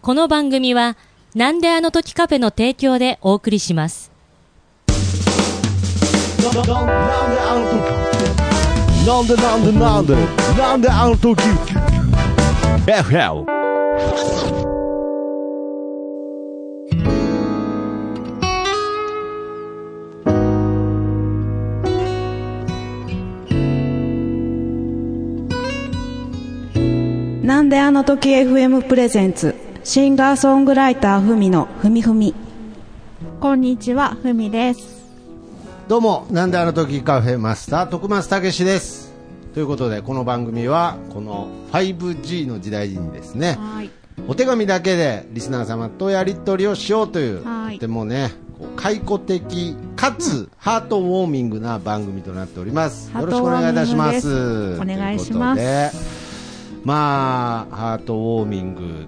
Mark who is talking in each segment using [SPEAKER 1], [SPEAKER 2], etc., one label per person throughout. [SPEAKER 1] この番組は、なんであの時カフェの提供でお送りします。
[SPEAKER 2] なんであの時なんでなんでなんでなんであの時 FL
[SPEAKER 3] なんであの時 FM プレゼンツシンガーソングライターふみのふみふみ
[SPEAKER 4] こんにちは、ふみです。
[SPEAKER 5] どうも、なんであの時カフェマスター、徳松たけしです。ということで、この番組は、この 5G の時代にですね、
[SPEAKER 4] はい。
[SPEAKER 5] お手紙だけでリスナー様とやり取りをしようという、
[SPEAKER 4] はい
[SPEAKER 5] とてもね、こう解雇的かつハートウォーミングな番組となっております。
[SPEAKER 4] ハ
[SPEAKER 5] よ
[SPEAKER 4] ー
[SPEAKER 5] ろし
[SPEAKER 4] ト
[SPEAKER 5] く
[SPEAKER 4] ウ
[SPEAKER 5] お
[SPEAKER 4] ォ
[SPEAKER 5] 願いいた
[SPEAKER 4] ーミング
[SPEAKER 5] しま
[SPEAKER 4] です
[SPEAKER 5] す。
[SPEAKER 4] お願いします
[SPEAKER 5] ということで。まあ、ハートウォーミング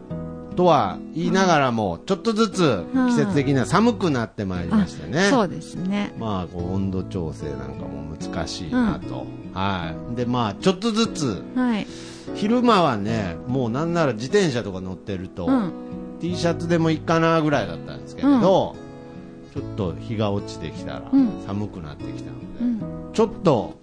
[SPEAKER 5] とは言いながらも、ちょっとずつ季節的には寒くなってまいりましたね。
[SPEAKER 4] そうですね。
[SPEAKER 5] まあ、こう温度調整なんかも難しいなと、はいでまあ、ちょっとずつ
[SPEAKER 4] はい。
[SPEAKER 5] 昼間はねもうなんなら自転車とか乗ってると、
[SPEAKER 4] うん
[SPEAKER 5] T シャツでもいいかなぐらいだったんですけれど、ちょっと日が落ちてきたら
[SPEAKER 4] うん
[SPEAKER 5] 寒くなってきたので、
[SPEAKER 4] うん。
[SPEAKER 5] ちょっと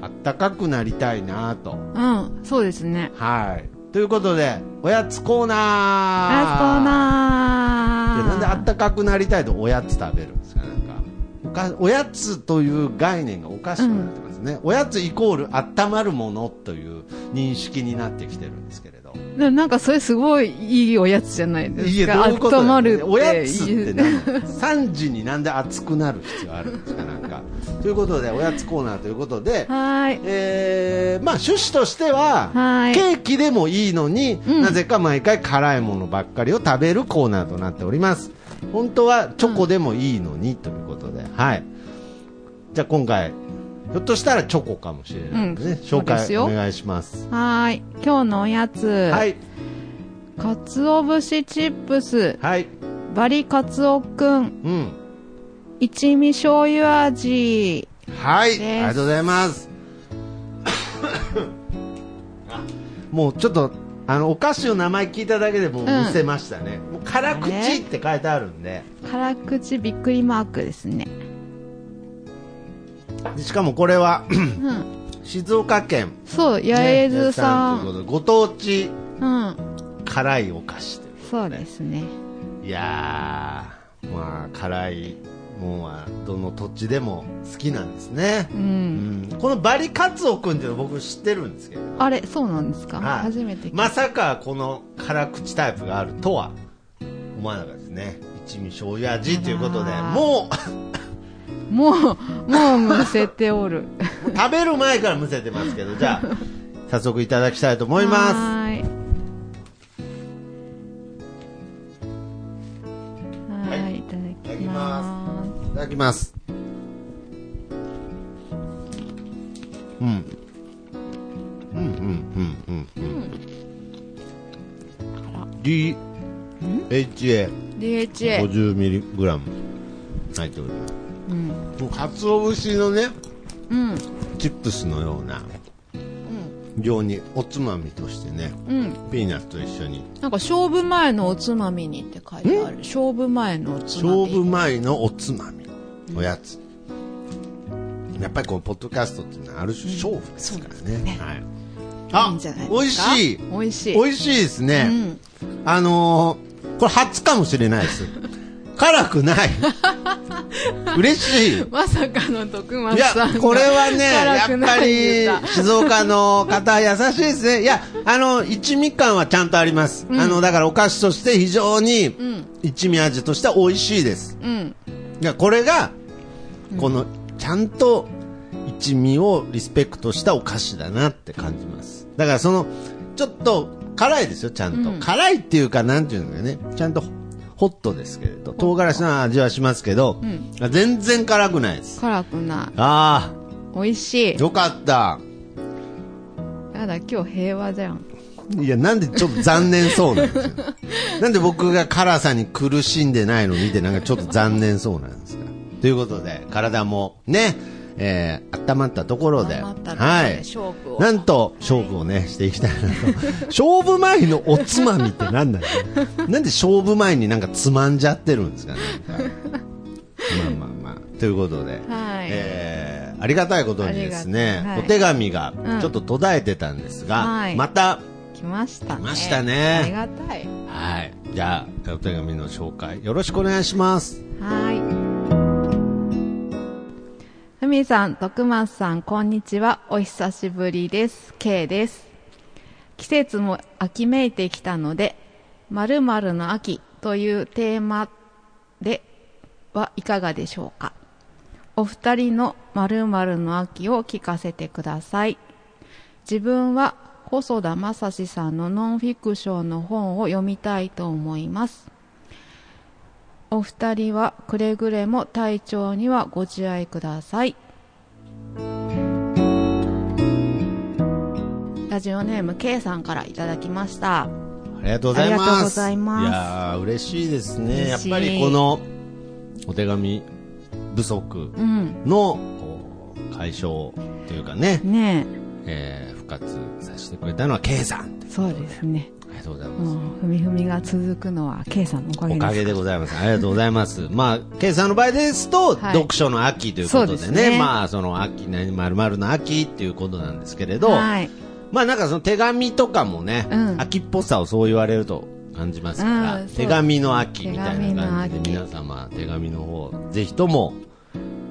[SPEAKER 5] あったかくなりたいなと。
[SPEAKER 4] うん。そうですね。
[SPEAKER 5] はいということでおやつコーナー
[SPEAKER 4] ラスト
[SPEAKER 5] いや
[SPEAKER 4] ナー。
[SPEAKER 5] なんであったかくなりたいとおやつ食べるんですかなんかおかおやつという概念がおかしくなってますね、おやつイコールあったまるものという認識になってきてるんですけれど
[SPEAKER 4] でもなんかそれすごいいいおやつじゃないですか。
[SPEAKER 5] いやどういうこと
[SPEAKER 4] 温まるっていう
[SPEAKER 5] おやつって何3時になんで熱くなる必要あるんですかなんかということでおやつコーナーということで、
[SPEAKER 4] はい。
[SPEAKER 5] えーまあ趣旨としては、
[SPEAKER 4] はい
[SPEAKER 5] ケーキでもいいのに、
[SPEAKER 4] ん
[SPEAKER 5] なぜか毎回辛いものばっかりを食べるコーナーとなっております本当はチョコでもいいのにということで、はいじゃあ今回ひょっとしたらチョコかもしれないですね、
[SPEAKER 4] うん
[SPEAKER 5] 紹
[SPEAKER 4] そうです
[SPEAKER 5] 介
[SPEAKER 4] よ
[SPEAKER 5] お願いします
[SPEAKER 4] はい。今日のおやつ。
[SPEAKER 5] は
[SPEAKER 4] はい。
[SPEAKER 5] い
[SPEAKER 4] かつお節チップス、
[SPEAKER 5] はい
[SPEAKER 4] バリカツオくん、
[SPEAKER 5] うん
[SPEAKER 4] 一味醤油味。
[SPEAKER 5] はいあ
[SPEAKER 4] す
[SPEAKER 5] りがとうございます あもうちょっとあのお菓子の名前聞いただけでもう見せましたね、もう辛口って書いてあるんで、
[SPEAKER 4] 辛口びっくりマークですね。
[SPEAKER 5] でしかもこれは
[SPEAKER 4] うん。
[SPEAKER 5] 静岡県、
[SPEAKER 4] そう、
[SPEAKER 5] ね
[SPEAKER 4] 八重洲さ
[SPEAKER 5] 八重洲と
[SPEAKER 4] ん。
[SPEAKER 5] いうことでご当地
[SPEAKER 4] うん。
[SPEAKER 5] 辛いお菓子というこ
[SPEAKER 4] そうですね。
[SPEAKER 5] とでいやーまあ辛いもんはどの土地でも好きなんですね、
[SPEAKER 4] う。
[SPEAKER 5] うんんこのバリカツオ君っていうの僕知ってるんですけれど、
[SPEAKER 4] あれ、そうなんですか、
[SPEAKER 5] はい
[SPEAKER 4] 初めて聞いた。
[SPEAKER 5] まさかこの辛口タイプがあるとは思わなかったですね一味醤油味ということで
[SPEAKER 4] あらー
[SPEAKER 5] も
[SPEAKER 4] もう、もうむせておる。
[SPEAKER 5] うもう 食べる前からむせてますけどじゃあ早速いただきたいと思います
[SPEAKER 4] はーい。はーい、いただきま
[SPEAKER 5] いただきますうんうんうんうんうんうん DHA50mg
[SPEAKER 4] す。DHA。
[SPEAKER 5] 入っております、もうかつお節のね
[SPEAKER 4] うん、
[SPEAKER 5] チップスのような量におつまみとしてね
[SPEAKER 4] うん。
[SPEAKER 5] ピーナッツと一緒に
[SPEAKER 4] なんか、勝負前のおつまみにって書いてある。勝負前のおつまみ。
[SPEAKER 5] 勝負前のおつまみおやつ、やっぱりこのポッドキャストっていうのはある種勝負ですからね,、はい、あ
[SPEAKER 4] いいんじゃない
[SPEAKER 5] 美
[SPEAKER 4] で
[SPEAKER 5] 味
[SPEAKER 4] すか
[SPEAKER 5] しい
[SPEAKER 4] 美味しい。
[SPEAKER 5] 美味しいですね、
[SPEAKER 4] うん。
[SPEAKER 5] あのーこれ初かもしれないです辛く ない嬉しい
[SPEAKER 4] まさかの徳
[SPEAKER 5] い
[SPEAKER 4] 松
[SPEAKER 5] や
[SPEAKER 4] さんが。、
[SPEAKER 5] これはね、や
[SPEAKER 4] 辛く
[SPEAKER 5] っ
[SPEAKER 4] な
[SPEAKER 5] ぱ
[SPEAKER 4] い言うた
[SPEAKER 5] り、静岡の方は優しいですね。いや、あの、一味感はちゃんとあります。あの、だからお菓子として非常に
[SPEAKER 4] ん、
[SPEAKER 5] 一味味としては美味しいです。
[SPEAKER 4] うん。
[SPEAKER 5] いや、これが、この、ちゃんと、一味をリスペクトしたお菓子だなって感じます。だからその、ちょっと、辛いですよ、ちゃんと。
[SPEAKER 4] うん
[SPEAKER 5] 辛いっていうか、なんていうのかね、ちゃんと、ホットですけれど、唐辛子の味はしますけど、全然辛くないです。
[SPEAKER 4] 辛くな
[SPEAKER 5] ああ、
[SPEAKER 4] い。美味しい。
[SPEAKER 5] よかった。
[SPEAKER 4] やだ、今日平和じゃん。
[SPEAKER 5] いや、なんでちょっと残念そうなんですかなんで僕が辛さに苦しんでないのを見て、なんかちょっと残念そうなんですかということで、体もね、えー、温まったところで、
[SPEAKER 4] 温まったところで勝負を
[SPEAKER 5] なんと、勝負をね、していきたいなと。勝負前のおつまみってなんだろうねなんで勝負前になんかつまんじゃってるんですかね。 なんかまあまあまあ。ということで、
[SPEAKER 4] はい
[SPEAKER 5] えーありがたいことにですね
[SPEAKER 4] あり、がたいはい
[SPEAKER 5] お手紙が
[SPEAKER 4] うん
[SPEAKER 5] ちょっと途絶えてたんですが、
[SPEAKER 4] はい
[SPEAKER 5] また、
[SPEAKER 4] 来ましたね。
[SPEAKER 5] 来ましたね
[SPEAKER 4] ありがたい。
[SPEAKER 5] はい。じゃあ、お手紙の紹介、よろしくお願いします。
[SPEAKER 4] はい。ふみさん、徳松さん、こんにちは。お久しぶりです。K です。季節も秋めいてきたので、〇〇の秋というテーマではいかがでしょうか。お二人の〇〇の秋を聞かせてください。自分は細田正史さんのノンフィクションの本を読みたいと思います。お二人はくれぐれも体調にはご自愛ください。ラジオネーム K さんからいただきました。
[SPEAKER 5] ありがとうございます。
[SPEAKER 4] ありがとうございます
[SPEAKER 5] やー嬉しいですね。や
[SPEAKER 4] 嬉
[SPEAKER 5] っ
[SPEAKER 4] しい
[SPEAKER 5] ぱりこの、お手紙不足
[SPEAKER 4] うん。
[SPEAKER 5] の、こう解消というかね、
[SPEAKER 4] ね
[SPEAKER 5] えー復活させてくれたのは K さん。
[SPEAKER 4] え、そうですね。
[SPEAKER 5] ありがとうございます。
[SPEAKER 4] もう、ふみふみが続くのは K さんのおかげ
[SPEAKER 5] お
[SPEAKER 4] です。
[SPEAKER 5] かげでございます。ありがとうございます。 まあ、ケイさんの場合ですと、
[SPEAKER 4] はい
[SPEAKER 5] 読書の秋ということで
[SPEAKER 4] そうで
[SPEAKER 5] ね。
[SPEAKER 4] すね
[SPEAKER 5] まあ、その秋、何〇〇の秋っていうことなんですけれど、
[SPEAKER 4] はい。
[SPEAKER 5] まあなんかその手紙とかもね、
[SPEAKER 4] うん
[SPEAKER 5] 秋っぽさをそう言われると感じますから、
[SPEAKER 4] うんそう
[SPEAKER 5] 手紙の秋みたいな感じで
[SPEAKER 4] 手紙の
[SPEAKER 5] 皆様手紙の方、ぜひとも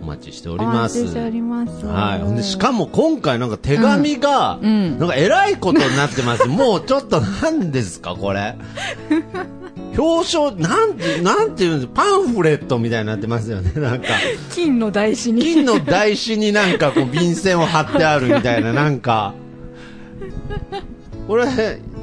[SPEAKER 5] お待ちしております。
[SPEAKER 4] お待ちしております。
[SPEAKER 5] はい。ほんで、しかも今回なんか手紙が、
[SPEAKER 4] ん
[SPEAKER 5] なんか偉いことになって ます。もうちょっと何ですか、これ。表彰、なんて、なんていうんですパンフレットみたいになってますよね、なんか。
[SPEAKER 4] 金の台紙に。
[SPEAKER 5] 金の台紙になんかこう便箋を貼ってあるみたいな、なんか。これ、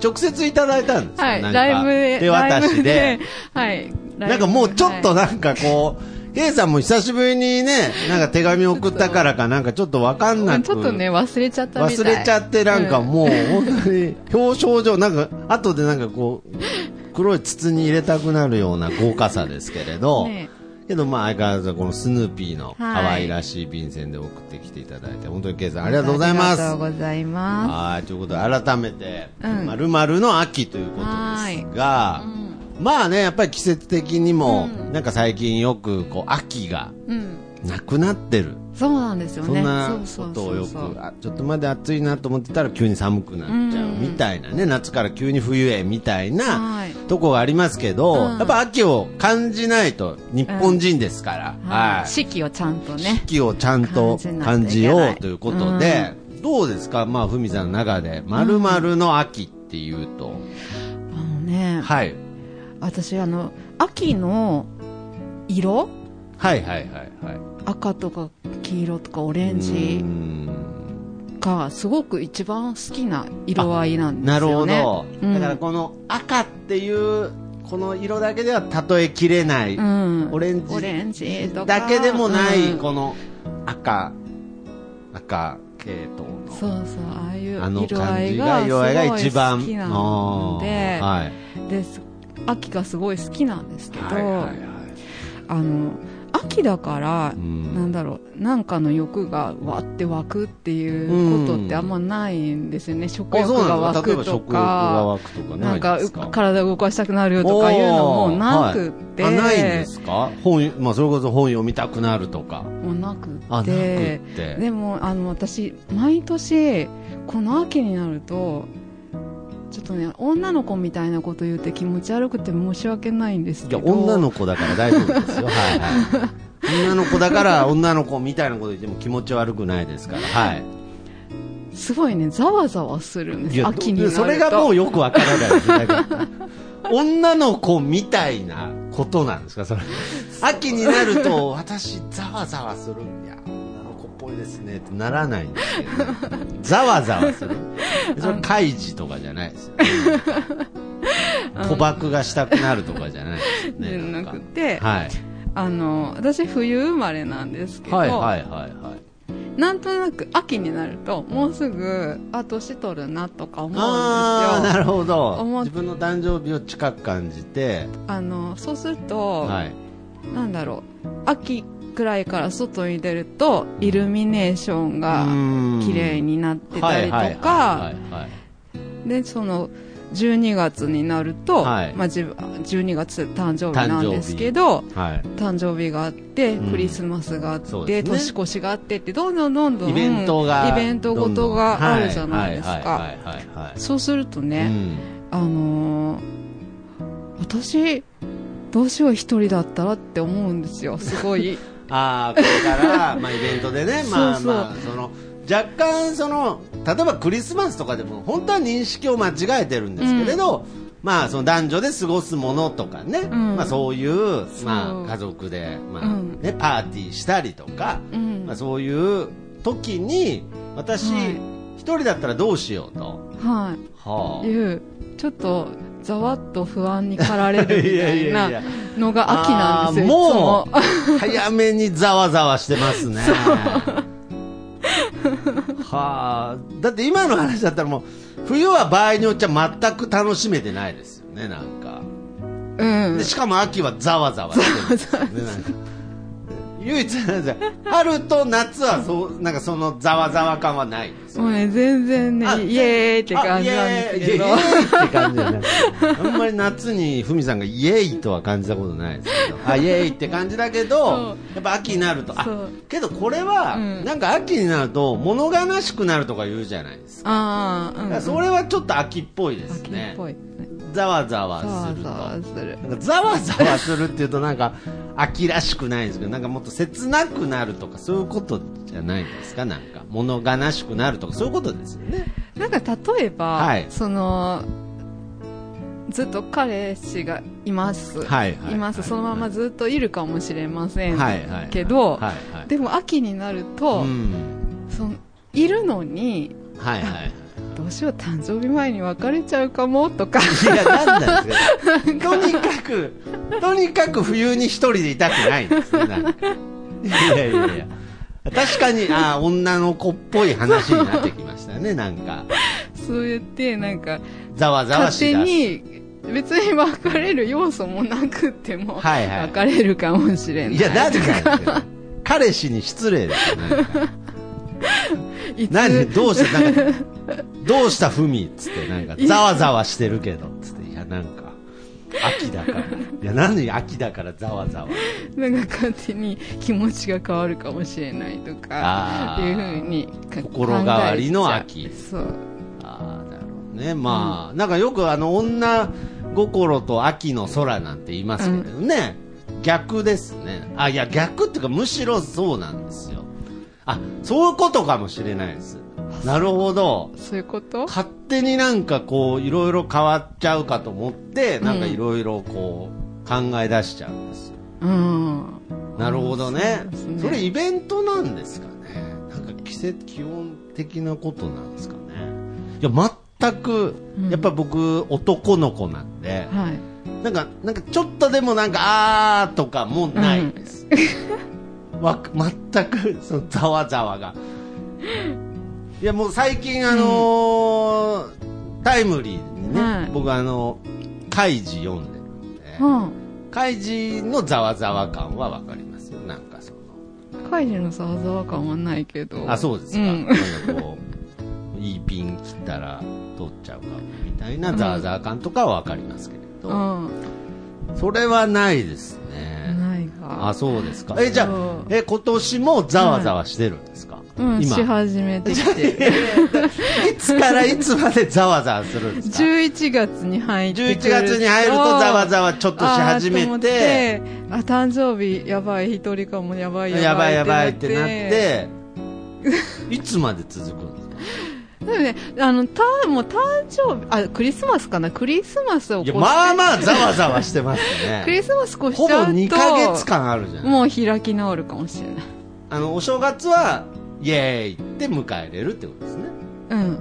[SPEAKER 5] 直接いただいたんですよ。
[SPEAKER 4] はい、
[SPEAKER 5] なんか
[SPEAKER 4] ライブで。
[SPEAKER 5] 手渡し
[SPEAKER 4] ライ
[SPEAKER 5] で
[SPEAKER 4] ブ。はい。
[SPEAKER 5] なんかもうちょっと
[SPEAKER 4] はい
[SPEAKER 5] なんかこう、ケイさんも久しぶりにね、なんか手紙送ったからかなんかちょっとわかんなく
[SPEAKER 4] ちょっとね、忘れちゃったみたい。
[SPEAKER 5] 忘れちゃってなんかもう本当に表彰状なんか後でなんかこう 黒い筒に入れたくなるような豪華さですけれど、
[SPEAKER 4] ね
[SPEAKER 5] けどまあ相変わらずこのスヌーピーの可愛らしい便箋で送ってきていただいて本当にケイさんありがとうございます
[SPEAKER 4] ありがとうございます。
[SPEAKER 5] はいということで改めて「
[SPEAKER 4] うん
[SPEAKER 5] まるまるの秋」ということですが、まあねやっぱり季節的にも、なんか最近よくこう秋が
[SPEAKER 4] うん。
[SPEAKER 5] なくなってる
[SPEAKER 4] そうなんですよ
[SPEAKER 5] そ
[SPEAKER 4] ね。
[SPEAKER 5] んな
[SPEAKER 4] そ
[SPEAKER 5] こ
[SPEAKER 4] う
[SPEAKER 5] と
[SPEAKER 4] そ
[SPEAKER 5] を
[SPEAKER 4] うそ
[SPEAKER 5] よ
[SPEAKER 4] う
[SPEAKER 5] く
[SPEAKER 4] そう
[SPEAKER 5] あちょっとまで暑いなと思ってたら急に寒くなっちゃうみたいなね、夏から急に冬へみたいな
[SPEAKER 4] はい
[SPEAKER 5] とこがありますけど、
[SPEAKER 4] うん
[SPEAKER 5] やっぱ秋を感じないと日本人ですから、
[SPEAKER 4] は。
[SPEAKER 5] はいい、
[SPEAKER 4] 四季をちゃんとね
[SPEAKER 5] 四。季をちゃんと感
[SPEAKER 4] 感
[SPEAKER 5] じ
[SPEAKER 4] じないとい
[SPEAKER 5] よ
[SPEAKER 4] けな
[SPEAKER 5] う
[SPEAKER 4] い
[SPEAKER 5] ということで、どうですかまあふみさんの中で「まるまるの秋」っていうと、
[SPEAKER 4] あのね、
[SPEAKER 5] はい、
[SPEAKER 4] 私あの、秋の色
[SPEAKER 5] はいはいはいはい
[SPEAKER 4] 赤とか黄色とかオレン
[SPEAKER 5] う
[SPEAKER 4] ジ
[SPEAKER 5] ーん
[SPEAKER 4] がすごく一番好きな色合いなんで
[SPEAKER 5] な
[SPEAKER 4] す
[SPEAKER 5] るほ
[SPEAKER 4] よね。
[SPEAKER 5] ど、
[SPEAKER 4] うん
[SPEAKER 5] だからこの赤っていうこの色だけでは例えきれない、
[SPEAKER 4] うん。
[SPEAKER 5] オレンジ
[SPEAKER 4] オレンジとか。
[SPEAKER 5] だけでもない、
[SPEAKER 4] うん
[SPEAKER 5] この赤赤系統の
[SPEAKER 4] そうそう、ああいう
[SPEAKER 5] あの
[SPEAKER 4] 色合
[SPEAKER 5] 感
[SPEAKER 4] い
[SPEAKER 5] じ
[SPEAKER 4] が
[SPEAKER 5] が
[SPEAKER 4] す
[SPEAKER 5] 色合いが
[SPEAKER 4] ごい
[SPEAKER 5] 一番
[SPEAKER 4] 好きなので
[SPEAKER 5] あ、ーはい
[SPEAKER 4] です秋がすごい好きなんですけど、
[SPEAKER 5] はいはいはい
[SPEAKER 4] あの秋だから、
[SPEAKER 5] うん
[SPEAKER 4] なんだろうなんかの欲がわって湧くっていうことってあんまないんですよね、食
[SPEAKER 5] あ
[SPEAKER 4] 欲
[SPEAKER 5] そう
[SPEAKER 4] が
[SPEAKER 5] なん
[SPEAKER 4] 湧
[SPEAKER 5] ですか例えば食
[SPEAKER 4] くと
[SPEAKER 5] 欲が
[SPEAKER 4] か
[SPEAKER 5] 湧くとか
[SPEAKER 4] な
[SPEAKER 5] なんいで
[SPEAKER 4] か
[SPEAKER 5] すか
[SPEAKER 4] 体動かしたくなるとかいうのもなくって、
[SPEAKER 5] おーはいあないんですか本、まあ、それこそ本読みたくなるとか
[SPEAKER 4] もうなく
[SPEAKER 5] あな
[SPEAKER 4] っ
[SPEAKER 5] くってて
[SPEAKER 4] でもあの私毎年この秋になるとちょっとね女の子みたいなこと言って気持ち悪くて申し訳ないんです
[SPEAKER 5] い
[SPEAKER 4] け
[SPEAKER 5] や
[SPEAKER 4] ど
[SPEAKER 5] 女の子だから大丈夫ですよはい、はい、 女の子だから女の子みたいなこと言っても気持ち悪くないですからはい
[SPEAKER 4] すごいね、ざわざわするんで
[SPEAKER 5] い
[SPEAKER 4] す。
[SPEAKER 5] や
[SPEAKER 4] 秋になると。
[SPEAKER 5] それがもうよくわからないですねだから女の子みたいなことなんですかそれ秋になると私ざわざわするんや女の子っぽいですねってならないんですけど、ざわざわするそれ開示とかじゃないですよね 賭博がしたくなるとかじゃないです
[SPEAKER 4] じ
[SPEAKER 5] ね
[SPEAKER 4] ゃ
[SPEAKER 5] な
[SPEAKER 4] なん
[SPEAKER 5] か
[SPEAKER 4] くて、
[SPEAKER 5] はい
[SPEAKER 4] あの、私冬生まれなんですけど、
[SPEAKER 5] はいはいはいはい
[SPEAKER 4] なんとなく秋になると、もうすぐ、あ、年取るなとか思うんですよ。
[SPEAKER 5] ああな
[SPEAKER 4] あ
[SPEAKER 5] るほ
[SPEAKER 4] 思
[SPEAKER 5] ど
[SPEAKER 4] っ
[SPEAKER 5] 自分の誕生日を近く感じて
[SPEAKER 4] の、そうすると、
[SPEAKER 5] はい
[SPEAKER 4] なんだろう、秋くらいから外に出ると、イルミネーションが
[SPEAKER 5] うん
[SPEAKER 4] 綺麗になってたりと
[SPEAKER 5] は
[SPEAKER 4] か
[SPEAKER 5] い、はい
[SPEAKER 4] で、その、12月になると、
[SPEAKER 5] はい
[SPEAKER 4] まあ、自分12月誕生日なんですけど、
[SPEAKER 5] はいはい、は
[SPEAKER 4] 誕生日があって、
[SPEAKER 5] うん
[SPEAKER 4] クリスマスがあって、
[SPEAKER 5] そうですね
[SPEAKER 4] 年越しがあってって、どんどんどんどん、
[SPEAKER 5] い、イベントが
[SPEAKER 4] イベントごとがあるじゃないです
[SPEAKER 5] は
[SPEAKER 4] か。
[SPEAKER 5] いはいはいはいはい
[SPEAKER 4] そうすると
[SPEAKER 5] う
[SPEAKER 4] ね、
[SPEAKER 5] ん
[SPEAKER 4] あのー私、どうしよう一人だったらって思うんですよ、す ごい。
[SPEAKER 5] ああこれからまあイベントで ねまあ
[SPEAKER 4] そうそう
[SPEAKER 5] まあその若干その例えばクリスマスとかでも本当は認識を間違えてるんですけれど、まあその男女で過ごすものとかね、
[SPEAKER 4] ん
[SPEAKER 5] まあそういう
[SPEAKER 4] う
[SPEAKER 5] まあ家族でまあ
[SPEAKER 4] うん
[SPEAKER 5] ね、パーティーしたりとか、
[SPEAKER 4] うん
[SPEAKER 5] まあそういう時に私
[SPEAKER 4] はい
[SPEAKER 5] 一人だったらどうしようと。
[SPEAKER 4] は。
[SPEAKER 5] はい
[SPEAKER 4] いう、ちょっと、ざわっと不安に駆られる
[SPEAKER 5] いやい
[SPEAKER 4] み
[SPEAKER 5] や
[SPEAKER 4] た
[SPEAKER 5] い
[SPEAKER 4] い
[SPEAKER 5] や
[SPEAKER 4] なのが秋なんですよ、いつ
[SPEAKER 5] あ
[SPEAKER 4] も。
[SPEAKER 5] ーもう 早めにざわざわしてますね。 はあ、だって今の話だったらもう冬は場合によっちゃ全く楽しめてないですよねなんか
[SPEAKER 4] うん
[SPEAKER 5] で。しかも秋はざわざわしてるんですよね なんか唯一なんですよ春と夏はそうなんかそのざわざわ感はないですよ
[SPEAKER 4] もうね、全然ね
[SPEAKER 5] あ、
[SPEAKER 4] イエーイって感じなんですけど
[SPEAKER 5] あイエ。ーイイエーイって感じじゃないあんまり夏にふみさんがイエーイとは感じたことないですけどあイエーイって感じだけど
[SPEAKER 4] そう
[SPEAKER 5] やっぱ秋になると
[SPEAKER 4] そ
[SPEAKER 5] あ
[SPEAKER 4] う
[SPEAKER 5] けどこれは、
[SPEAKER 4] うん
[SPEAKER 5] なんか秋になると物悲しくなるとか言うじゃないですか
[SPEAKER 4] ああ、うん
[SPEAKER 5] だ
[SPEAKER 4] う
[SPEAKER 5] か
[SPEAKER 4] ん。
[SPEAKER 5] らそれはちょっと秋っぽいです
[SPEAKER 4] 秋っ
[SPEAKER 5] ね
[SPEAKER 4] ぽい。
[SPEAKER 5] ざわざ
[SPEAKER 4] ざ
[SPEAKER 5] わ
[SPEAKER 4] わ
[SPEAKER 5] する
[SPEAKER 4] ざ
[SPEAKER 5] と
[SPEAKER 4] わする。
[SPEAKER 5] なんかざわざわするっていうとなんか秋らしくないですけどなんかもっと切なくなるとかそういうことじゃないですかなんか物悲しくなるとかそういうことですよね
[SPEAKER 4] なんか例えば、
[SPEAKER 5] はい
[SPEAKER 4] その、ずっと彼氏がいます。
[SPEAKER 5] はいはい
[SPEAKER 4] ます。そのままずっといるかもしれません。
[SPEAKER 5] はいはい
[SPEAKER 4] けど、
[SPEAKER 5] はいはい
[SPEAKER 4] でも秋になると、
[SPEAKER 5] うん
[SPEAKER 4] その、いるのに、
[SPEAKER 5] はいはい
[SPEAKER 4] どうしよう、誕生日前に別れちゃうかも、とか。
[SPEAKER 5] いやなんなんですかとにかくとにかく冬に一人でいたくないんですねなんかいやいやいや確かにあー女の子っぽい話になってきましたねなんか
[SPEAKER 4] そうやって、なんか、
[SPEAKER 5] ざわざわ
[SPEAKER 4] 勝
[SPEAKER 5] し
[SPEAKER 4] 手
[SPEAKER 5] だす
[SPEAKER 4] に、別に別れる要素もなくっても、
[SPEAKER 5] はいはい
[SPEAKER 4] 別れるかもしれない。
[SPEAKER 5] いや、なんでなんですか彼氏に失礼ですよね。
[SPEAKER 4] いつ
[SPEAKER 5] 何どうしたなんか、どうしたふみっつって、なんか、ざわざわしてるけど、つって、いや、なんか、秋だから。いや、何秋だからざわざわ。
[SPEAKER 4] なんか勝手に気持ちが変わるかもしれないと
[SPEAKER 5] あ
[SPEAKER 4] か、
[SPEAKER 5] ー
[SPEAKER 4] いうふうにか
[SPEAKER 5] 心変わりの秋
[SPEAKER 4] 考えちゃうそう。
[SPEAKER 5] ああ、なるほどね。まあ、なんかよくあの、女心と秋の空なんて言いますけれどね。逆ですね。あ、いや、逆っていうか、むしろそうなんですよ。あ、そういうことかもしれないです。なるほど。
[SPEAKER 4] そういうこと
[SPEAKER 5] 勝手になんかこういろいろ変わっちゃうかと思ってなんかいろいろこう考え出しちゃうんですよ、
[SPEAKER 4] うん。
[SPEAKER 5] なるほどね
[SPEAKER 4] そうで
[SPEAKER 5] そ
[SPEAKER 4] すね
[SPEAKER 5] れイベントなんですかねなんか季節基本的なことなんですかねいや全く
[SPEAKER 4] うん
[SPEAKER 5] やっぱ僕男の子なんで、
[SPEAKER 4] はい。
[SPEAKER 5] なんかなんかちょっとでもなんかあーとかもないです、わ全くそのざわざわがいやもう最近あのータイムリーにね、
[SPEAKER 4] はい
[SPEAKER 5] 僕あの「カイジ」読んでるんで、
[SPEAKER 4] うん。
[SPEAKER 5] カイジのざわざわ感はわかりますよなんかその
[SPEAKER 4] カイジのざわざわ感はないけど。
[SPEAKER 5] あそうですか、
[SPEAKER 4] うん
[SPEAKER 5] なんかこういいピン切ったら取っちゃうかもみたいなざわざわ感とかはわかりますけれ
[SPEAKER 4] う
[SPEAKER 5] ど、
[SPEAKER 4] ん。
[SPEAKER 5] それはないですね、
[SPEAKER 4] ないが。
[SPEAKER 5] あ、そうですか。え、じゃあ
[SPEAKER 4] そ、
[SPEAKER 5] え、今年もざわざわしてるんですか、
[SPEAKER 4] うん、し
[SPEAKER 5] 今。
[SPEAKER 4] 始め てきて。
[SPEAKER 5] いつからいつまでざわざわするんですか
[SPEAKER 4] 11月に入って
[SPEAKER 5] 11月に入るとざわざ
[SPEAKER 4] わ
[SPEAKER 5] わちょっとし始めて、
[SPEAKER 4] あーと思ってあ誕生日やばい一人かもやばい
[SPEAKER 5] やばいやばいっ
[SPEAKER 4] ってて
[SPEAKER 5] な
[SPEAKER 4] な
[SPEAKER 5] っ
[SPEAKER 4] って
[SPEAKER 5] て、いつまで続くんですか
[SPEAKER 4] でもね、あの、た、もう誕生日、あ、クリスマスかなクリスマスを
[SPEAKER 5] い
[SPEAKER 4] 越
[SPEAKER 5] や、
[SPEAKER 4] して
[SPEAKER 5] まあまあざわざわしてます
[SPEAKER 4] クリ
[SPEAKER 5] ね。
[SPEAKER 4] スマス越し
[SPEAKER 5] ほぼ
[SPEAKER 4] ちゃうと、
[SPEAKER 5] 2ヶ月間あるじゃん。
[SPEAKER 4] もう開き直るかもしれない。
[SPEAKER 5] あの、お正月は、イエーイって迎えれるってことですね。
[SPEAKER 4] うん。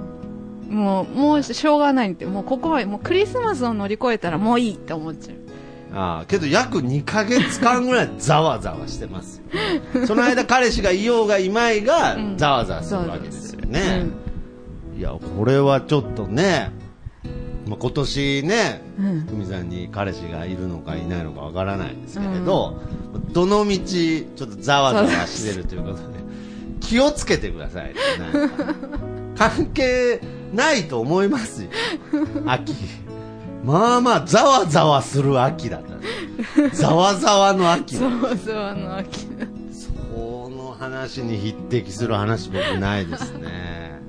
[SPEAKER 4] もう、もうしょうがないって、もうここは、もうクリスマスを乗り越えたらもういいって思っちゃう。
[SPEAKER 5] ああけど約2ヶ月間ぐらいざわざわしてますよその間彼氏がいようがいまいが
[SPEAKER 4] うん
[SPEAKER 5] ざわざわするわけですよ
[SPEAKER 4] ざわざわ
[SPEAKER 5] ね
[SPEAKER 4] する、
[SPEAKER 5] いやこれはちょっとねまあ、今年ね、
[SPEAKER 4] うん
[SPEAKER 5] 久美さんに彼氏がいるのかいないのかわからないですけれど、どの道ちょっとざわざわしてるということで気をつけてくださいねなんか関係ないと思いますよ秋まあまあざわざわする秋だったねざわざわの秋
[SPEAKER 4] そ
[SPEAKER 5] だ
[SPEAKER 4] うそうあの秋の
[SPEAKER 5] この話に匹敵する話僕ないです ね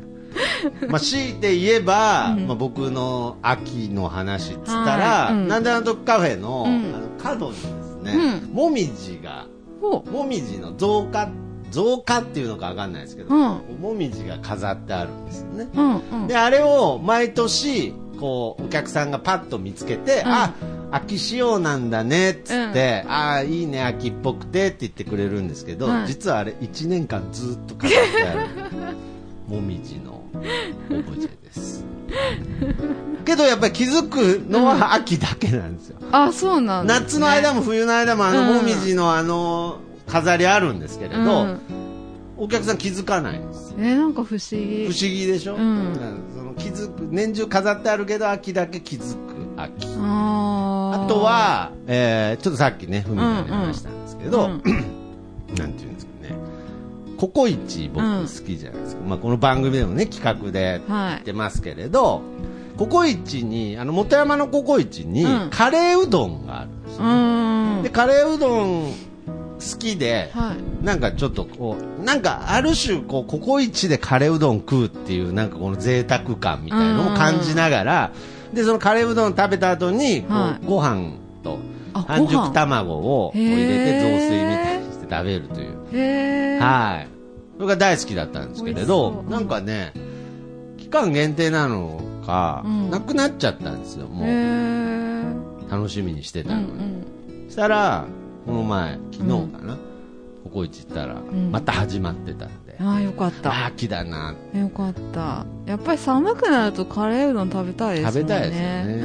[SPEAKER 5] まあ強いて言えば、まあ、僕の秋の話っつったら、
[SPEAKER 4] はいうん
[SPEAKER 5] なんであの時カフェの,、
[SPEAKER 4] うん
[SPEAKER 5] あの角にですね、
[SPEAKER 4] う
[SPEAKER 5] もみじが
[SPEAKER 4] ほ
[SPEAKER 5] もみじの造花造花っていうのかわかんないですけど、
[SPEAKER 4] う
[SPEAKER 5] もみじが飾ってあるんですよね、
[SPEAKER 4] ううんうん
[SPEAKER 5] であれを毎年こうお客さんがパッと見つけて、
[SPEAKER 4] ん
[SPEAKER 5] あ秋仕様なんだねっつって、ああいいね秋っぽくてって言ってくれるんですけど、
[SPEAKER 4] はい
[SPEAKER 5] 実はあれ1年間ずっと飾ってあるもみじのオブジェ ですけどやっぱり気づくのは秋だけなんですよ、
[SPEAKER 4] あそうなんだ
[SPEAKER 5] 夏の間も冬の間もあの
[SPEAKER 4] うん
[SPEAKER 5] もみじのあの飾りあるんですけれど、
[SPEAKER 4] うん
[SPEAKER 5] お客さん気づかないんです
[SPEAKER 4] えなんか不思議
[SPEAKER 5] 不思議でしょ、
[SPEAKER 4] うん
[SPEAKER 5] だからその気づく年中飾ってあるけど秋だけ気づく秋
[SPEAKER 4] あー
[SPEAKER 5] あとは、えーちょっとさっきねふみさんに話したんですけど、
[SPEAKER 4] う
[SPEAKER 5] な
[SPEAKER 4] ん
[SPEAKER 5] んていうんですかねココイチ僕好きじゃないですか、まあ、この番組でもね企画で
[SPEAKER 4] はい
[SPEAKER 5] 言ってますけれど、ココイチにあの元山のココイチに
[SPEAKER 4] うん
[SPEAKER 5] カレーうどんがあるんです
[SPEAKER 4] う
[SPEAKER 5] よ、
[SPEAKER 4] ーん
[SPEAKER 5] でカレーうどん好きで、
[SPEAKER 4] はい
[SPEAKER 5] なんかちょっとこう、なんかある種こう、ココイチでカレーうどん食うっていう、なんかこの贅沢感みたいなのも感じながら、で、そのカレーうどん食べた後に、こう
[SPEAKER 4] はい
[SPEAKER 5] ご飯と
[SPEAKER 4] あ
[SPEAKER 5] 半
[SPEAKER 4] ご
[SPEAKER 5] 熟
[SPEAKER 4] 飯
[SPEAKER 5] 卵をこう入れて
[SPEAKER 4] へー
[SPEAKER 5] 雑炊みたいにして食べるという。
[SPEAKER 4] へー
[SPEAKER 5] はい。それが大好きだったんですけれ
[SPEAKER 4] 美味
[SPEAKER 5] ど
[SPEAKER 4] し、そう
[SPEAKER 5] なんかね、期間限定なのか、
[SPEAKER 4] うん
[SPEAKER 5] なくなっちゃったんですよ、
[SPEAKER 4] へ
[SPEAKER 5] もう。
[SPEAKER 4] ー
[SPEAKER 5] 楽しみにして
[SPEAKER 4] うんう
[SPEAKER 5] たのに。
[SPEAKER 4] ん
[SPEAKER 5] したら、この前、昨日かな、ココイチ行ったら、
[SPEAKER 4] ん
[SPEAKER 5] また始まってたんで、
[SPEAKER 4] あーよかった
[SPEAKER 5] あ秋だな、
[SPEAKER 4] よかったやっぱり寒くなるとカレーうどん食べたいです
[SPEAKER 5] 食
[SPEAKER 4] も
[SPEAKER 5] べ
[SPEAKER 4] んね
[SPEAKER 5] たいですよね。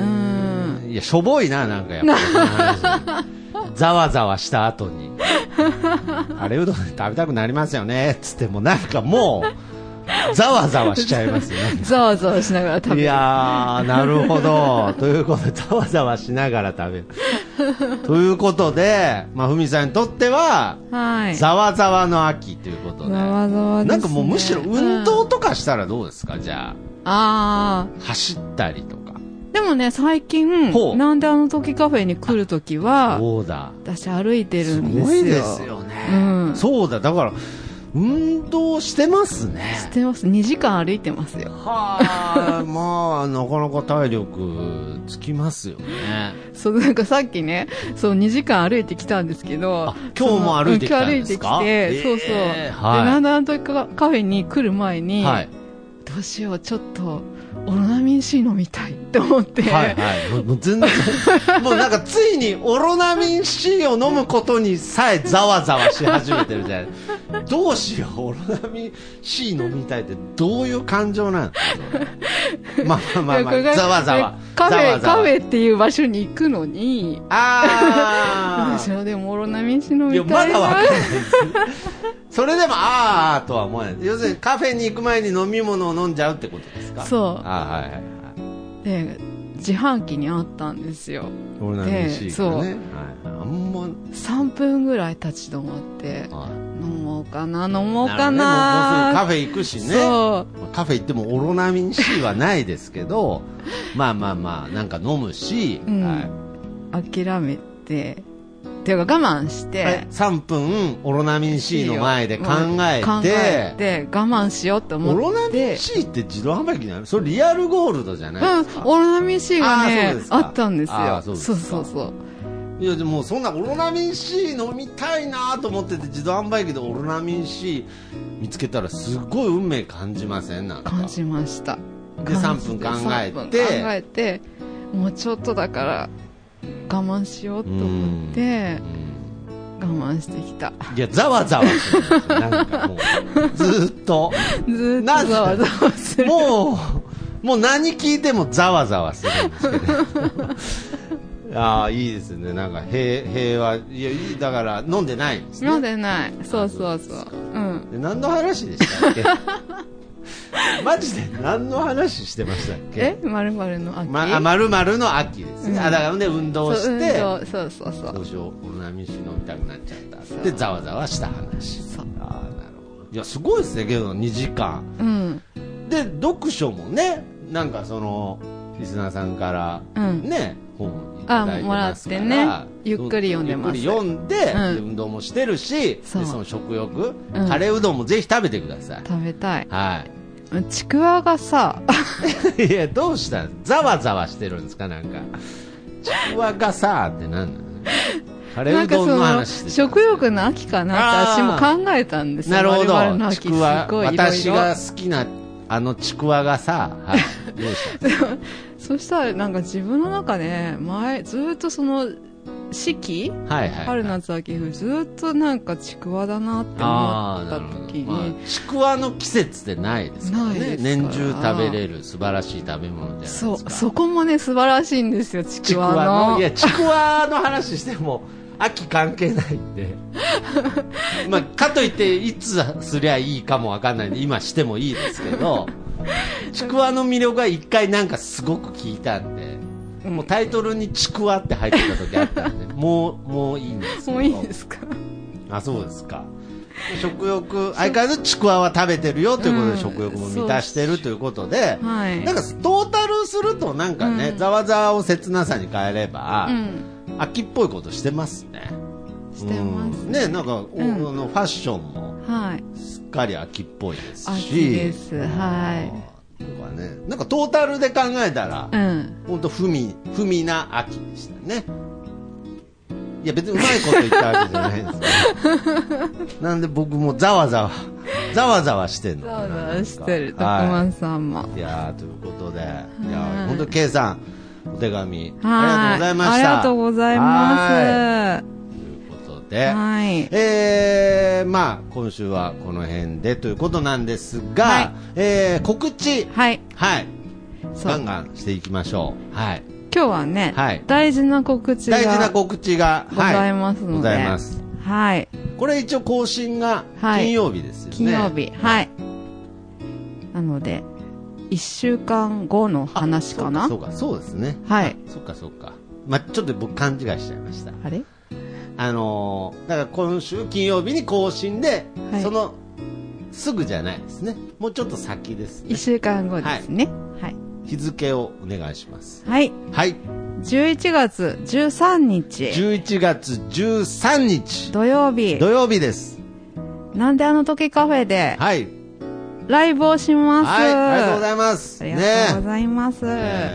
[SPEAKER 4] うん
[SPEAKER 5] いや、しょぼいな、なんかやっぱ り。ざわざわした後に、あれうどん食べたくなりますよね、つっても、なんかもう、ざわざわしちゃいますよね。
[SPEAKER 4] ざわざわしながら食べる
[SPEAKER 5] いやー、なるほど。ということで、ざわざわしながら食べる。ということで、まあ、ふみさんにとっては、
[SPEAKER 4] はい
[SPEAKER 5] ざわざわの秋ということで。
[SPEAKER 4] ざわざわですね
[SPEAKER 5] なんかもうむしろ運
[SPEAKER 4] う
[SPEAKER 5] 動
[SPEAKER 4] ん
[SPEAKER 5] とかしたらどうですか、じゃあ。
[SPEAKER 4] あ
[SPEAKER 5] 走ったりとか。
[SPEAKER 4] ーでもね最
[SPEAKER 5] ほう
[SPEAKER 4] 近なんであの時カフェに来る時は
[SPEAKER 5] そうだ。
[SPEAKER 4] 私歩いてる
[SPEAKER 5] す
[SPEAKER 4] んですよ
[SPEAKER 5] ごいですよね。
[SPEAKER 4] うん
[SPEAKER 5] そうだ、だから、運動してますね。
[SPEAKER 4] 知ってます2時間歩いてますよ
[SPEAKER 5] はあ、まあ、なかなか体力つきますよね。
[SPEAKER 4] そう、なんかさっきね、そう、2時間歩いてきたんですけど
[SPEAKER 5] あ、今日も歩いてきたんですか
[SPEAKER 4] そううん今日歩いてきて、
[SPEAKER 5] え
[SPEAKER 4] そ
[SPEAKER 5] ー
[SPEAKER 4] うそう。で、
[SPEAKER 5] はい
[SPEAKER 4] なんだなんとかカフェに来る前に、
[SPEAKER 5] はい。
[SPEAKER 4] どうしよう、ちょっと、オロナミン C 飲みたいって思って、
[SPEAKER 5] はいはい。もうもう全然、もうなんかついにオロナミン C を飲むことにさえざわざわし始めてるじゃない。どうしよう、オロナミン C 飲みたいってどういう感情なんですかまあまあまあ、ま
[SPEAKER 4] これが
[SPEAKER 5] あ、ざわざわ。
[SPEAKER 4] カフ
[SPEAKER 5] ざわ
[SPEAKER 4] ェ、
[SPEAKER 5] ざわ
[SPEAKER 4] カフェっていう場所に行くのに、どう
[SPEAKER 5] あ
[SPEAKER 4] しよう、でもオロナミン C 飲
[SPEAKER 5] あ。いや、
[SPEAKER 4] み
[SPEAKER 5] ま
[SPEAKER 4] たい
[SPEAKER 5] だわか
[SPEAKER 4] な。
[SPEAKER 5] んないです。それでも、ああとは思わない。要するにカフェに行く前に飲み物を飲んじゃうってことですかう。
[SPEAKER 4] そ
[SPEAKER 5] あーはいはいはい。
[SPEAKER 4] う。で、自販機にあったんですよ。
[SPEAKER 5] オロナミン C
[SPEAKER 4] でそう
[SPEAKER 5] がね。はい。あんま、
[SPEAKER 4] 3分ぐらい立ち止まって、
[SPEAKER 5] はい。
[SPEAKER 4] 飲もうかな、飲
[SPEAKER 5] なるほどねもうも
[SPEAKER 4] もうか
[SPEAKER 5] うすぐカ
[SPEAKER 4] な。
[SPEAKER 5] フェ行くしね。
[SPEAKER 4] そう。
[SPEAKER 5] カフェ行ってもオロナミン C はないですけど、 まあまあまあ、なんか飲むし、
[SPEAKER 4] うん
[SPEAKER 5] は
[SPEAKER 4] 諦めて、っていうか我慢し
[SPEAKER 5] い
[SPEAKER 4] て、
[SPEAKER 5] はい、3分オロナミン C の前で考えて、
[SPEAKER 4] 考えて、我慢しようと思
[SPEAKER 5] オ
[SPEAKER 4] って。
[SPEAKER 5] ロナミン C って自動販売機なのそれリアルゴールドじゃないです
[SPEAKER 4] うん、
[SPEAKER 5] か、
[SPEAKER 4] オロナミン C
[SPEAKER 5] あー
[SPEAKER 4] が
[SPEAKER 5] そう
[SPEAKER 4] ね
[SPEAKER 5] です、か
[SPEAKER 4] あったんです
[SPEAKER 5] あ
[SPEAKER 4] よ。
[SPEAKER 5] ーそうです
[SPEAKER 4] そ
[SPEAKER 5] か
[SPEAKER 4] うそうそう。
[SPEAKER 5] いやでもそんなオロナミン C 飲みたいなと思ってて自動販売機でオロナミン C 見つけたらすごい運命感じませんなんか
[SPEAKER 4] 感じました。
[SPEAKER 5] で3分考え
[SPEAKER 4] 3分
[SPEAKER 5] て
[SPEAKER 4] 考えて、もうちょっとだから、我慢しようと思って
[SPEAKER 5] う、ん
[SPEAKER 4] 我慢してきた。
[SPEAKER 5] いや、ざわざわするんですよ。なんかも う、ずーっと。
[SPEAKER 4] ずーっ
[SPEAKER 5] なん
[SPEAKER 4] と
[SPEAKER 5] で
[SPEAKER 4] ざわざわする。
[SPEAKER 5] もう、もう何聞いてもざわざわするんですけ ど。ああ、いいですね。なんか、平、平和。いや、いい、だから、飲んでないんですね。
[SPEAKER 4] 飲んでない。そうそうそう。うん。
[SPEAKER 5] で何の話でしたっけマジで何の話してましたっ
[SPEAKER 4] え
[SPEAKER 5] け
[SPEAKER 4] まるまるの秋。
[SPEAKER 5] ま、あ、まるまるの秋ですね。あ、だからね、運動
[SPEAKER 4] そう
[SPEAKER 5] して、
[SPEAKER 4] 運動そうそうそ
[SPEAKER 5] ど
[SPEAKER 4] う
[SPEAKER 5] うしよう、おなみし飲みたくなっちゃったっつって、ざわざわした話。
[SPEAKER 4] そう
[SPEAKER 5] ああ、なるほど。いや、すごいですね、けど、2時間。
[SPEAKER 4] うん
[SPEAKER 5] で、読書もね、なんかその、リスナーさんから
[SPEAKER 4] うん
[SPEAKER 5] ね、本いただいてますから
[SPEAKER 4] あもらってねゆっくり読んでます
[SPEAKER 5] ゆっくり読んで、
[SPEAKER 4] うん
[SPEAKER 5] で運動もしてるし、でそ
[SPEAKER 4] そう
[SPEAKER 5] の食欲、
[SPEAKER 4] うん
[SPEAKER 5] カレーうどんもぜひ食べてください。
[SPEAKER 4] 食べたい
[SPEAKER 5] はい。
[SPEAKER 4] ちくわがさ
[SPEAKER 5] いや、どうしたんざわざわしてるんですかなんか。ちくわがさーって何なのカレ
[SPEAKER 4] な
[SPEAKER 5] ーうん
[SPEAKER 4] か
[SPEAKER 5] ど
[SPEAKER 4] そ
[SPEAKER 5] んの
[SPEAKER 4] の
[SPEAKER 5] 話してた
[SPEAKER 4] 食欲の秋かなって私も
[SPEAKER 5] あー
[SPEAKER 4] 考えたんですよ
[SPEAKER 5] なるほ
[SPEAKER 4] 丸々の
[SPEAKER 5] ど。
[SPEAKER 4] 秋
[SPEAKER 5] ちくわ
[SPEAKER 4] す、ごいいろいろ
[SPEAKER 5] 私が好きな、あのちくわがさ、はい。どうしたんですか
[SPEAKER 4] そしたらなんか自分の中ね前ずーっとその四季
[SPEAKER 5] はいはいはい。
[SPEAKER 4] 春夏秋冬ずーっとなんかちくわだなって
[SPEAKER 5] あ
[SPEAKER 4] 思っ
[SPEAKER 5] ー
[SPEAKER 4] た
[SPEAKER 5] なるほど
[SPEAKER 4] 時に、
[SPEAKER 5] まあちくわの季節ってないですから
[SPEAKER 4] ない
[SPEAKER 5] ね
[SPEAKER 4] ですから
[SPEAKER 5] 年中食べれる素晴らしい食べ物じゃないです
[SPEAKER 4] そ
[SPEAKER 5] か
[SPEAKER 4] うそこもね素晴らしいんですよち
[SPEAKER 5] ち
[SPEAKER 4] く
[SPEAKER 5] く
[SPEAKER 4] わの
[SPEAKER 5] わのいやちくわの話しても 秋関係ないん でまあかといっていつすりゃいいかもわかんないんで今してもいいですけ どちくわの魅力は一回なんかすごく聞いたんで
[SPEAKER 4] うん
[SPEAKER 5] もうタイトルにちくわって入ってた時あったんでもうもういいんですけど
[SPEAKER 4] もういいですか
[SPEAKER 5] あそうですか食欲相変わらずちくわは食べてるよということで、
[SPEAKER 4] うん
[SPEAKER 5] 食欲も満たしてるということで、
[SPEAKER 4] はい
[SPEAKER 5] なんかトータルするとなんかね、
[SPEAKER 4] うん
[SPEAKER 5] ざわざわを切なさに変えれば、
[SPEAKER 4] うん
[SPEAKER 5] 秋っぽいことしてますね
[SPEAKER 4] してます
[SPEAKER 5] うんねなんか、お
[SPEAKER 4] ん
[SPEAKER 5] あのファッションも
[SPEAKER 4] はい
[SPEAKER 5] すっかり秋っぽいですし
[SPEAKER 4] 秋ですはい
[SPEAKER 5] なんかねなんかトータルで考えたら、
[SPEAKER 4] いうん
[SPEAKER 5] 本当ふみふみな秋でしたねいや別にうまいこと言ったわけじゃないんですよなんで僕もざわざわざわざわしてんの
[SPEAKER 4] ざ
[SPEAKER 5] かな
[SPEAKER 4] わざわしてる
[SPEAKER 5] なん
[SPEAKER 4] 徳
[SPEAKER 5] かはい
[SPEAKER 4] 満さんも、
[SPEAKER 5] いやーということで、いや
[SPEAKER 4] は
[SPEAKER 5] ー
[SPEAKER 4] い
[SPEAKER 5] 本当に K さんお手紙ありがとうございました
[SPEAKER 4] ありがとうござい
[SPEAKER 5] は
[SPEAKER 4] ます。
[SPEAKER 5] いということで、
[SPEAKER 4] はい。
[SPEAKER 5] えー、まあ今週はこの辺でということなんですが、
[SPEAKER 4] はい
[SPEAKER 5] えー、告知
[SPEAKER 4] はい。
[SPEAKER 5] はい
[SPEAKER 4] そ
[SPEAKER 5] ガ
[SPEAKER 4] う。
[SPEAKER 5] ン
[SPEAKER 4] 今
[SPEAKER 5] ガンしていきましょうはい
[SPEAKER 4] 日はね、
[SPEAKER 5] はい
[SPEAKER 4] 大事な告知が
[SPEAKER 5] 大事な告知が
[SPEAKER 4] ございますの
[SPEAKER 5] は
[SPEAKER 4] で。
[SPEAKER 5] い、ございます
[SPEAKER 4] はい。
[SPEAKER 5] これ一応更新が
[SPEAKER 4] はい
[SPEAKER 5] 金曜日ですよね、
[SPEAKER 4] 金曜日。はい。なので、一週間後の
[SPEAKER 5] あ
[SPEAKER 4] 話かな
[SPEAKER 5] そうかそうかそうですね
[SPEAKER 4] はい。
[SPEAKER 5] そっかそっかまあちょっと僕勘違いしちゃいました
[SPEAKER 4] あれ
[SPEAKER 5] あのーだから今週金曜日に更新で、
[SPEAKER 4] はい
[SPEAKER 5] そのすぐじゃないですねもうちょっと先です、ね
[SPEAKER 4] 一、週間後ですね。はい。
[SPEAKER 5] 日付をお願いします
[SPEAKER 4] はい。
[SPEAKER 5] はい
[SPEAKER 4] 11月13日、
[SPEAKER 5] 11月13日
[SPEAKER 4] 土曜日
[SPEAKER 5] 土、曜日です
[SPEAKER 4] なんであの時カフェで
[SPEAKER 5] はい
[SPEAKER 4] ライブをします。
[SPEAKER 5] はいありがとうございます
[SPEAKER 4] ありがとうご
[SPEAKER 5] ね
[SPEAKER 4] ざいます。
[SPEAKER 5] え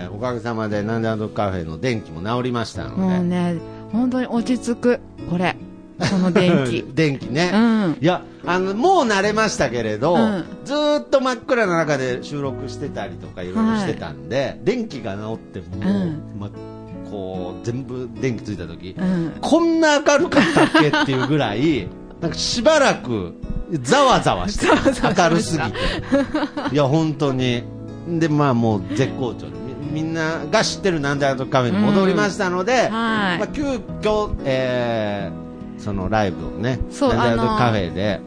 [SPEAKER 5] ーおかげさまでなんであのカフェの電気も治りましたので
[SPEAKER 4] もうね、本当に落ち着く、これ。この電 気。
[SPEAKER 5] 電気ね、
[SPEAKER 4] うん
[SPEAKER 5] いやあのもう慣れましたけれど、
[SPEAKER 4] うん
[SPEAKER 5] ずーっと真っ暗な中で収録してたりとかいろいろしてたんで、電気が直ってもう、
[SPEAKER 4] うん
[SPEAKER 5] ま、こう全部電気ついた時、
[SPEAKER 4] うん。
[SPEAKER 5] こんな明るかったっけっていうぐら いなんかしばらくざわざわして明るすぎていや本当にでまあもう絶好調でみみんなが知ってるなんであのカフェに戻りましたので、まあ、
[SPEAKER 4] は
[SPEAKER 5] 急遽、えーそのライブをね、
[SPEAKER 4] そう
[SPEAKER 5] なんで
[SPEAKER 4] あ
[SPEAKER 5] あ
[SPEAKER 4] の
[SPEAKER 5] のカフェで、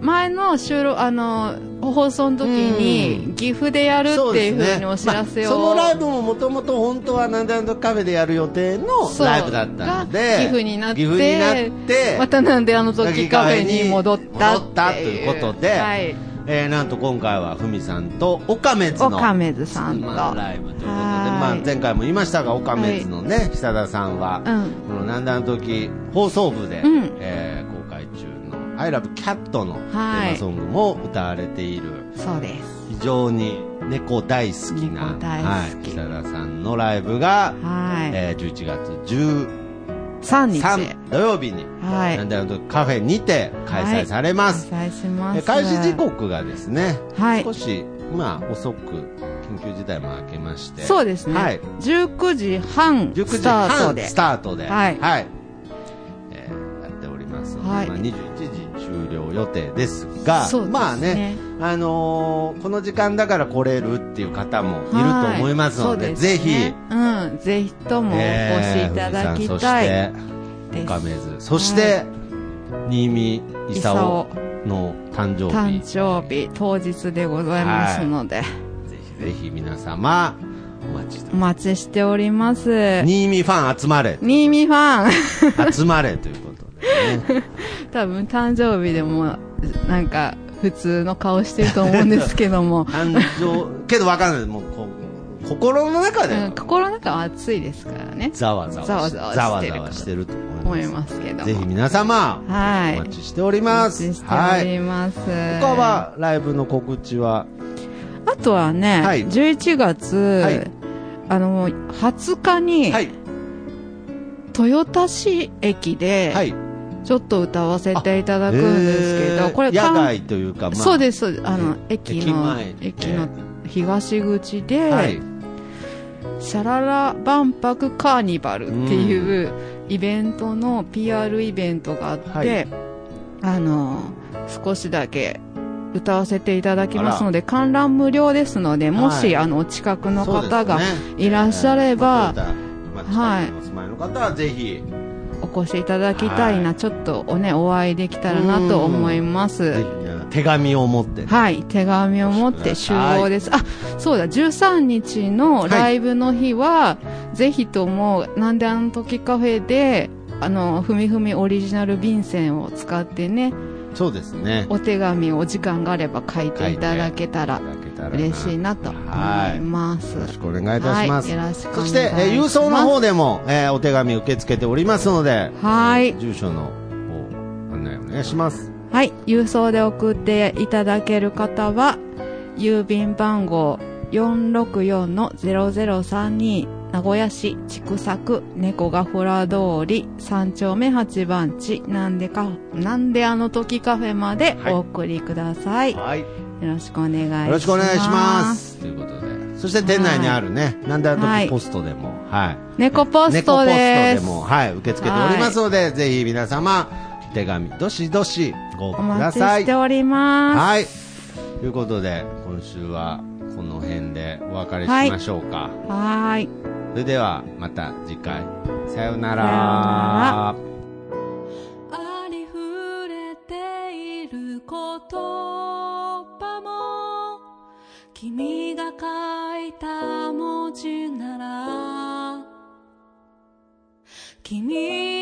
[SPEAKER 4] い。前の収録、あの、放送の時
[SPEAKER 5] う
[SPEAKER 4] に、岐阜でやる
[SPEAKER 5] そう
[SPEAKER 4] って
[SPEAKER 5] で
[SPEAKER 4] い
[SPEAKER 5] す
[SPEAKER 4] うふう
[SPEAKER 5] ね
[SPEAKER 4] にお知らせ
[SPEAKER 5] まあその
[SPEAKER 4] を。
[SPEAKER 5] ライブももともと本当はなんであのカフェでやる予定の
[SPEAKER 4] そう
[SPEAKER 5] ライブだったので
[SPEAKER 4] が、岐阜になって
[SPEAKER 5] 岐阜になって
[SPEAKER 4] またなんであの時カフェに戻ったっていう。
[SPEAKER 5] 戻ったということで
[SPEAKER 4] はい。
[SPEAKER 5] えーなんと今回はふみさんとオカメズ
[SPEAKER 4] オ
[SPEAKER 5] の
[SPEAKER 4] カメズさんと。
[SPEAKER 5] まあライブということで、ま
[SPEAKER 4] は
[SPEAKER 5] あ、
[SPEAKER 4] い
[SPEAKER 5] 前回も言いましたがオカメズのね、久田さんは、
[SPEAKER 4] うん
[SPEAKER 5] このなんであの時放送部で、
[SPEAKER 4] うん
[SPEAKER 5] えー公開中の「ILOVECAT」のテ
[SPEAKER 4] はい
[SPEAKER 5] ーマソングも歌われている。
[SPEAKER 4] そうです。
[SPEAKER 5] 非常に猫大好きな
[SPEAKER 4] 猫大好き
[SPEAKER 5] はい、北田さんのライブが、
[SPEAKER 4] はい。
[SPEAKER 5] えー11月13
[SPEAKER 4] 3日。
[SPEAKER 5] 土曜日に、
[SPEAKER 4] はい
[SPEAKER 5] なんであの時カフェにて開催されま
[SPEAKER 4] 開
[SPEAKER 5] す、
[SPEAKER 4] 催しま
[SPEAKER 5] え
[SPEAKER 4] す。
[SPEAKER 5] ー開始時刻がですね、
[SPEAKER 4] はい
[SPEAKER 5] 少し、まあ、遅く緊急事態も明けまして
[SPEAKER 4] そうですね。
[SPEAKER 5] はい、
[SPEAKER 4] 19時半
[SPEAKER 5] 19
[SPEAKER 4] ス
[SPEAKER 5] 時
[SPEAKER 4] タート
[SPEAKER 5] 半
[SPEAKER 4] で
[SPEAKER 5] ス。タートで、
[SPEAKER 4] はい
[SPEAKER 5] えーやっておりますので、
[SPEAKER 4] はい
[SPEAKER 5] まあ、21時終了予定ですが
[SPEAKER 4] そうですね
[SPEAKER 5] まあね、あのーこの時間だから来れるっていう方もいると思いますので,、
[SPEAKER 4] はい
[SPEAKER 5] ぜひ、。
[SPEAKER 4] そうですねうん、ぜひともお越しいただきたい
[SPEAKER 5] えー藤井さんそして亀津
[SPEAKER 4] です。
[SPEAKER 5] そして、新見
[SPEAKER 4] 功
[SPEAKER 5] 功の誕生
[SPEAKER 4] 誕
[SPEAKER 5] 日
[SPEAKER 4] 生日当日でございますので、
[SPEAKER 5] ぜひぜひ皆様お待ちしており
[SPEAKER 4] お待ちしております
[SPEAKER 5] ます新見ファン集まれ
[SPEAKER 4] 新見ファン
[SPEAKER 5] 集まれということでね
[SPEAKER 4] 多分誕生日でもなんか普通の顔してると思うんですけ ども
[SPEAKER 5] 誕生けどわかんないもうこう心の中で
[SPEAKER 4] うん心の中は熱いですからね
[SPEAKER 5] ざわざわし
[SPEAKER 4] ざわ
[SPEAKER 5] ざ
[SPEAKER 4] ざ
[SPEAKER 5] わ
[SPEAKER 4] わ
[SPEAKER 5] ざ
[SPEAKER 4] してる
[SPEAKER 5] わしてると
[SPEAKER 4] 思
[SPEAKER 5] 思い
[SPEAKER 4] い
[SPEAKER 5] ま
[SPEAKER 4] ますけども
[SPEAKER 5] すぜひ皆様
[SPEAKER 4] はい
[SPEAKER 5] お待ちしております
[SPEAKER 4] お待ちして
[SPEAKER 5] は
[SPEAKER 4] お
[SPEAKER 5] い
[SPEAKER 4] ります、
[SPEAKER 5] 他はライブの告知は
[SPEAKER 4] あとはね、
[SPEAKER 5] はい
[SPEAKER 4] 11月、
[SPEAKER 5] はい
[SPEAKER 4] あの20日に、
[SPEAKER 5] はい
[SPEAKER 4] 豊田市駅で、
[SPEAKER 5] はい
[SPEAKER 4] ちょっと歌わせていただくんですけど、
[SPEAKER 5] えー
[SPEAKER 4] これ
[SPEAKER 5] 野
[SPEAKER 4] 関
[SPEAKER 5] 外というかまあ
[SPEAKER 4] そうですそうですあの駅
[SPEAKER 5] 駅
[SPEAKER 4] の
[SPEAKER 5] 前
[SPEAKER 4] 駅の東口で、
[SPEAKER 5] はい
[SPEAKER 4] シャララ万博カーニバルっていうイベントの PR イベントがあって、
[SPEAKER 5] はい
[SPEAKER 4] あの少しだけ歌わせていただきますので観覧無料ですのでもし、
[SPEAKER 5] はい
[SPEAKER 4] あのお近くの
[SPEAKER 5] そうです
[SPEAKER 4] 方が
[SPEAKER 5] ね
[SPEAKER 4] いらっしゃれば、
[SPEAKER 5] えーまあ
[SPEAKER 4] はい
[SPEAKER 5] 近くにお住まいの方はぜひ、
[SPEAKER 4] お越しいただきたいな、
[SPEAKER 5] は
[SPEAKER 4] ちょっとおねお会いできたらなと思いま
[SPEAKER 5] ぜ
[SPEAKER 4] す
[SPEAKER 5] ひね手紙を持ってね、
[SPEAKER 4] はい手紙を持って集合ですあそうだ13日のライブの日は、ぜひともなんであの時カフェであのふみふみオリジナル便箋を使ってね
[SPEAKER 5] そうですね。
[SPEAKER 4] お手紙をお時間があれば書いていただけたら
[SPEAKER 5] いただけたら
[SPEAKER 4] 嬉しいなと思います
[SPEAKER 5] よろしくお願いいたします。
[SPEAKER 4] はいよろしくお願
[SPEAKER 5] そ
[SPEAKER 4] いします
[SPEAKER 5] して、えー郵送の方でも、えーお手紙受け付けておりますので、
[SPEAKER 4] はい
[SPEAKER 5] 住所の方、案内お願いします。
[SPEAKER 4] はい、郵送で送っていただける方は、郵便番号464-0032名古屋市畜作猫がほら通り3丁目8番地なんでか、なんであの時カフェまでお送りください。
[SPEAKER 5] はい。よ
[SPEAKER 4] よろしくお願いします。
[SPEAKER 5] ろしくお願いします。ということで、そして店内にあるね、なんであ
[SPEAKER 4] は
[SPEAKER 5] の時
[SPEAKER 4] い
[SPEAKER 5] ポストでも、はい。
[SPEAKER 4] 猫ポス
[SPEAKER 5] 猫ポ
[SPEAKER 4] ト
[SPEAKER 5] ス
[SPEAKER 4] で
[SPEAKER 5] ト
[SPEAKER 4] す。
[SPEAKER 5] でも、はい、受け付けておりますので、ぜひ皆様、お手紙、どしどしご応
[SPEAKER 4] お
[SPEAKER 5] 募くだ
[SPEAKER 4] 待ち
[SPEAKER 5] さい。
[SPEAKER 4] しております。
[SPEAKER 5] はい。ということで、今週はこの辺でお別れしましょうか。
[SPEAKER 4] はーい。
[SPEAKER 5] それでは、また次回。さようなら。
[SPEAKER 4] さような
[SPEAKER 1] ありふれている言葉も君が書いた文字なら君